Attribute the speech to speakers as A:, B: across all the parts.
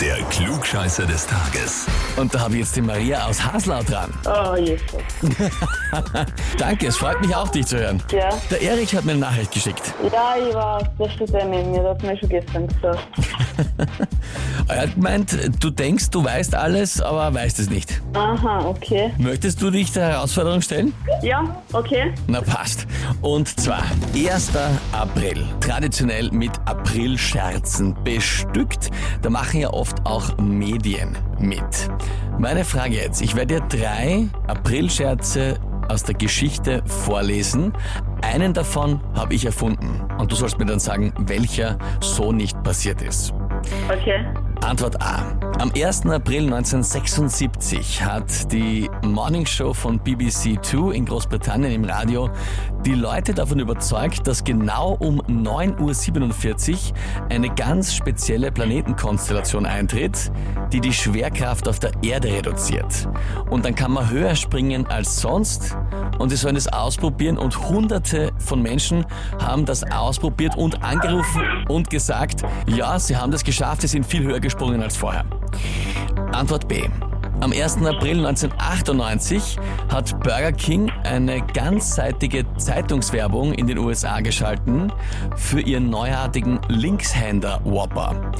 A: Der Klugscheißer des Tages.
B: Und da habe ich jetzt die Maria aus Haslau dran.
C: Oh, Jesus.
B: Danke, es freut mich auch, dich zu hören.
C: Ja.
B: Der Erik hat mir eine Nachricht geschickt.
C: Ja, ich weiß, das steht ja neben mir, das hat mir schon gestern gesagt.
B: Er hat gemeint, du denkst, du weißt alles, aber weißt es nicht.
C: Aha, okay.
B: Möchtest du dich der Herausforderung stellen?
C: Ja, okay.
B: Na passt. Und zwar 1. April. Traditionell mit Aprilscherzen bestückt. Da machen ja oft auch Medien mit. Meine Frage jetzt. Ich werde dir drei Aprilscherze aus der Geschichte vorlesen. Einen davon habe ich erfunden. Und du sollst mir dann sagen, welcher so nicht passiert ist.
C: Okay.
B: Antwort A. Am 1. April 1976 hat die Morning Show von BBC2 in Großbritannien im Radio die Leute davon überzeugt, dass genau um 9.47 Uhr eine ganz spezielle Planetenkonstellation eintritt, die die Schwerkraft auf der Erde reduziert. Und dann kann man höher springen als sonst und sie sollen es ausprobieren und hunderte von Menschen haben das ausprobiert und angerufen und gesagt, ja, sie haben das geschafft, sie sind viel höher gesprungen als vorher. Antwort B. Am 1. April 1998 hat Burger King eine ganzseitige Zeitungswerbung in den USA geschalten für ihren neuartigen Linkshänder Whopper.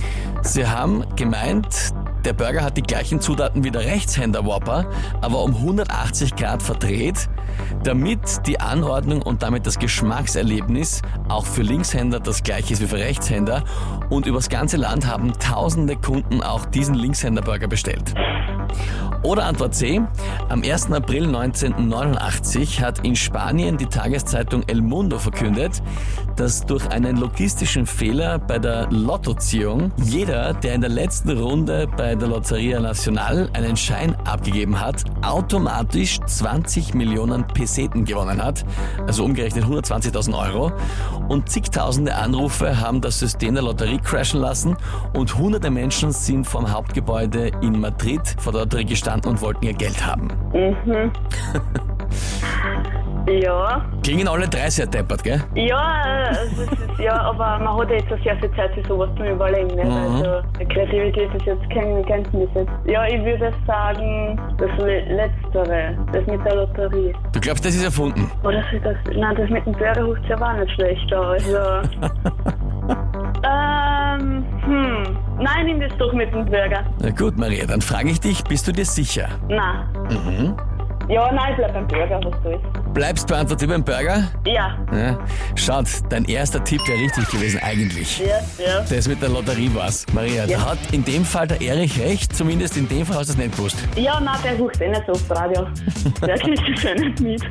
B: Sie haben gemeint, der Burger hat die gleichen Zutaten wie der Rechtshänder Whopper, aber um 180 Grad verdreht, damit die Anordnung und damit das Geschmackserlebnis auch für Linkshänder das gleiche ist wie für Rechtshänder. Und übers ganze Land haben tausende Kunden auch diesen Linkshänder-Burger bestellt. Oder Antwort C. Am 1. April 1989 hat in Spanien die Tageszeitung El Mundo verkündet, dass durch einen logistischen Fehler bei der Lottoziehung jeder, der in der letzten Runde bei der Lotteria Nacional einen Schein abgegeben hat, automatisch 20 Millionen Peseten gewonnen hat, also umgerechnet 120.000 Euro. Und zigtausende Anrufe haben das System der Lotterie crashen lassen und hunderte Menschen sind vom Hauptgebäude in Madrid vor der Lotterie gestanden und wollten ihr Geld haben.
C: Mhm. ja.
B: Klingen alle drei sehr deppert, gell?
C: Ja, äh, es ist, ja, aber man hat ja jetzt auch sehr viel Zeit für sowas zum Überlegen. Ne? Also Kreativität ist jetzt kein Grenzen gesetzt. Ja, ich würde sagen, das Le- Letztere, das mit der Lotterie.
B: Du glaubst, das ist erfunden.
C: Oder für das, nein, das mit dem Bärenhufzieher war nicht schlechter. Also, ähm, hm. Nein, nimm das doch mit dem Burger.
B: Na gut, Maria, dann frage ich dich, bist du dir sicher?
C: Na. Ja, nein, ich bleib beim Burger, was du isst.
B: Bleibst beantwortet beim Burger?
C: Ja,
B: Ja. Schaut, dein erster Tipp wäre richtig gewesen eigentlich.
C: ja, ja.
B: Das mit der Lotterie war's. Maria, da
C: Ja.
B: hat in dem Fall der Erich recht, zumindest in dem Fall hast du es nicht gewusst.
C: Ja, nein, der sucht eh nicht so aufs Radio. Der kriegt es ja nicht mit.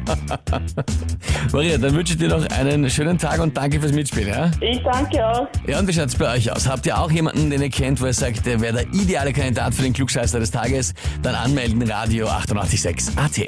B: Maria, dann wünsche ich dir noch einen schönen Tag und danke fürs Mitspielen. Ja,
C: Ich danke auch.
B: ja und wie schaut's bei euch aus? Habt ihr auch jemanden, den ihr kennt, wo ihr sagt, der wäre der ideale Kandidat für den Klugscheißer des Tages? Dann anmelden, Radio 886 AT.